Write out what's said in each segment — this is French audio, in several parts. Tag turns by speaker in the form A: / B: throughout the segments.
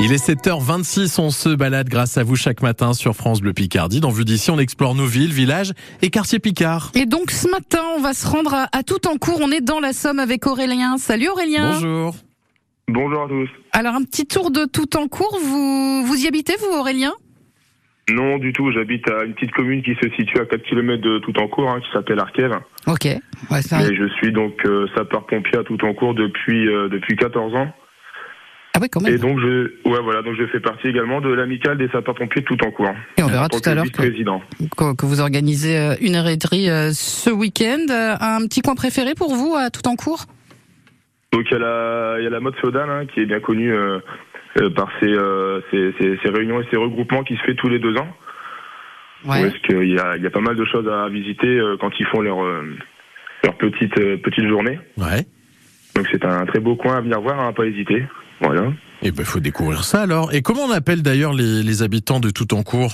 A: Il est 7h26, on se balade grâce à vous chaque matin sur France Bleu Picardie. Dans Vue d'ici, on explore nos villes, villages et quartiers Picard.
B: Et donc ce matin, on va se rendre à, à tout en cours. On est dans la Somme avec Aurélien. Salut Aurélien.
A: Bonjour.
C: Bonjour à tous.
B: Alors un petit tour de tout en cours. Vous vous y habitez vous Aurélien
C: Non, du tout, j'habite à une petite commune qui se situe à 4 km de Toutancourt, hein, qui s'appelle Arkev.
B: Ok. Ouais, ça-
C: Et je suis donc euh, sapeur-pompier à Toutancourt depuis, euh, depuis 14 ans.
B: Ah oui quand
C: Et
B: même.
C: donc, je, ouais, voilà, donc je fais partie également de l'amicale des sapeurs-pompiers de Toutancourt.
B: Et on verra
C: en tant
B: Ah, tout à
C: que
B: l'heure que,
C: vice-président.
B: que- que vous organisez euh, une rétrie euh, ce week-end. Euh, Un petit coin préféré pour vous à tout en cours
C: Donc, il y, a la- il y a la mode féodale, hein, qui est bien connue euh, euh, par ses, euh, ses- ses- ses réunions et ses regroupements qui se fait tous les deux ans. Où est-ce qu'il y a, il y a pas mal de choses à visiter euh, quand ils font leur, euh, leur petite, euh, petite journée.
A: Ouais.
C: Donc c'est un très beau coin à venir voir, hein, pas hésiter. Voilà.
A: Et ben faut découvrir ça alors. Et comment on appelle d'ailleurs les, les habitants de Toutancourt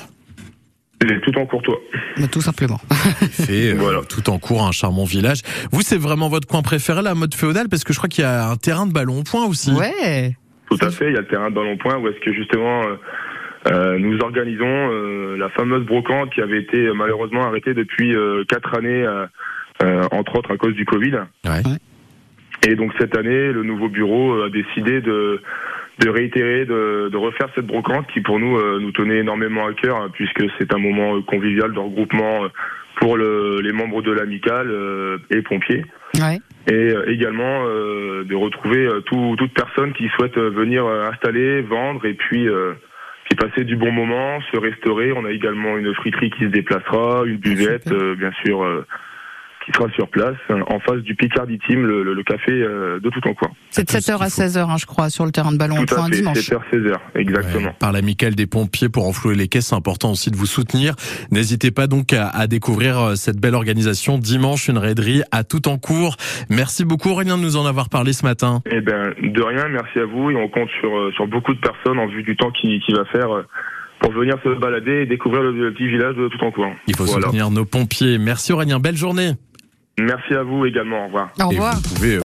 C: Et tout en courtois.
B: Bah, Tout simplement.
A: Fait
C: Voilà.
A: Toutancourt, un charmant village. Vous, c'est vraiment votre coin préféré, la mode féodale, parce que je crois qu'il y a un terrain de ballon point aussi.
B: Ouais.
C: Tout à fait, il y a le terrain de Ballon-Point où est-ce que justement euh, euh, nous organisons euh, la fameuse brocante qui avait été euh, malheureusement arrêtée depuis euh, quatre années, euh, euh, entre autres à cause du Covid.
A: Ouais.
C: Et donc cette année, le nouveau bureau euh, a décidé de de réitérer, de, de refaire cette brocante qui pour nous euh, nous tenait énormément à cœur hein, puisque c'est un moment euh, convivial de regroupement euh, pour le- les membres de l'amicale euh, et pompiers.
B: Ouais.
C: et euh, également euh, de retrouver euh, tout- toute personne qui souhaite euh, venir euh, installer, vendre et puis, euh, puis passer du bon moment, se restaurer. On a également une friterie qui se déplacera, une buvette
B: Ah, Super.
C: euh, bien sûr euh, qui sera sur place hein, en face du Picardy Team, le, le- le café euh, de tout en coin.
B: C'est de
A: Tout ce
B: 7h
A: qu'il
B: à
A: faut.
B: 16h, hein, je crois, sur le terrain de ballon
C: tout à
B: point
C: fait,
B: dimanche.
C: 7h-16h, exactement.
A: Ouais, par l'amicale des pompiers pour enflouer les caisses, c'est important aussi de vous soutenir. N'hésitez pas donc à, à découvrir euh, cette belle organisation dimanche, une raiderie à tout en cours. Merci beaucoup Aurélien de nous en avoir parlé ce matin.
C: Eh ben, de rien, merci à vous et on compte sur, euh, sur beaucoup de personnes en vue du temps qui, qui va faire euh, pour venir se balader et découvrir le, le petit village de tout en coin.
A: Il faut
C: Voilà.
A: soutenir nos pompiers. Merci Aurélien, belle journée.
C: Merci à vous également, au revoir.
B: Au
A: Et
B: revoir.
A: vous pouvez euh,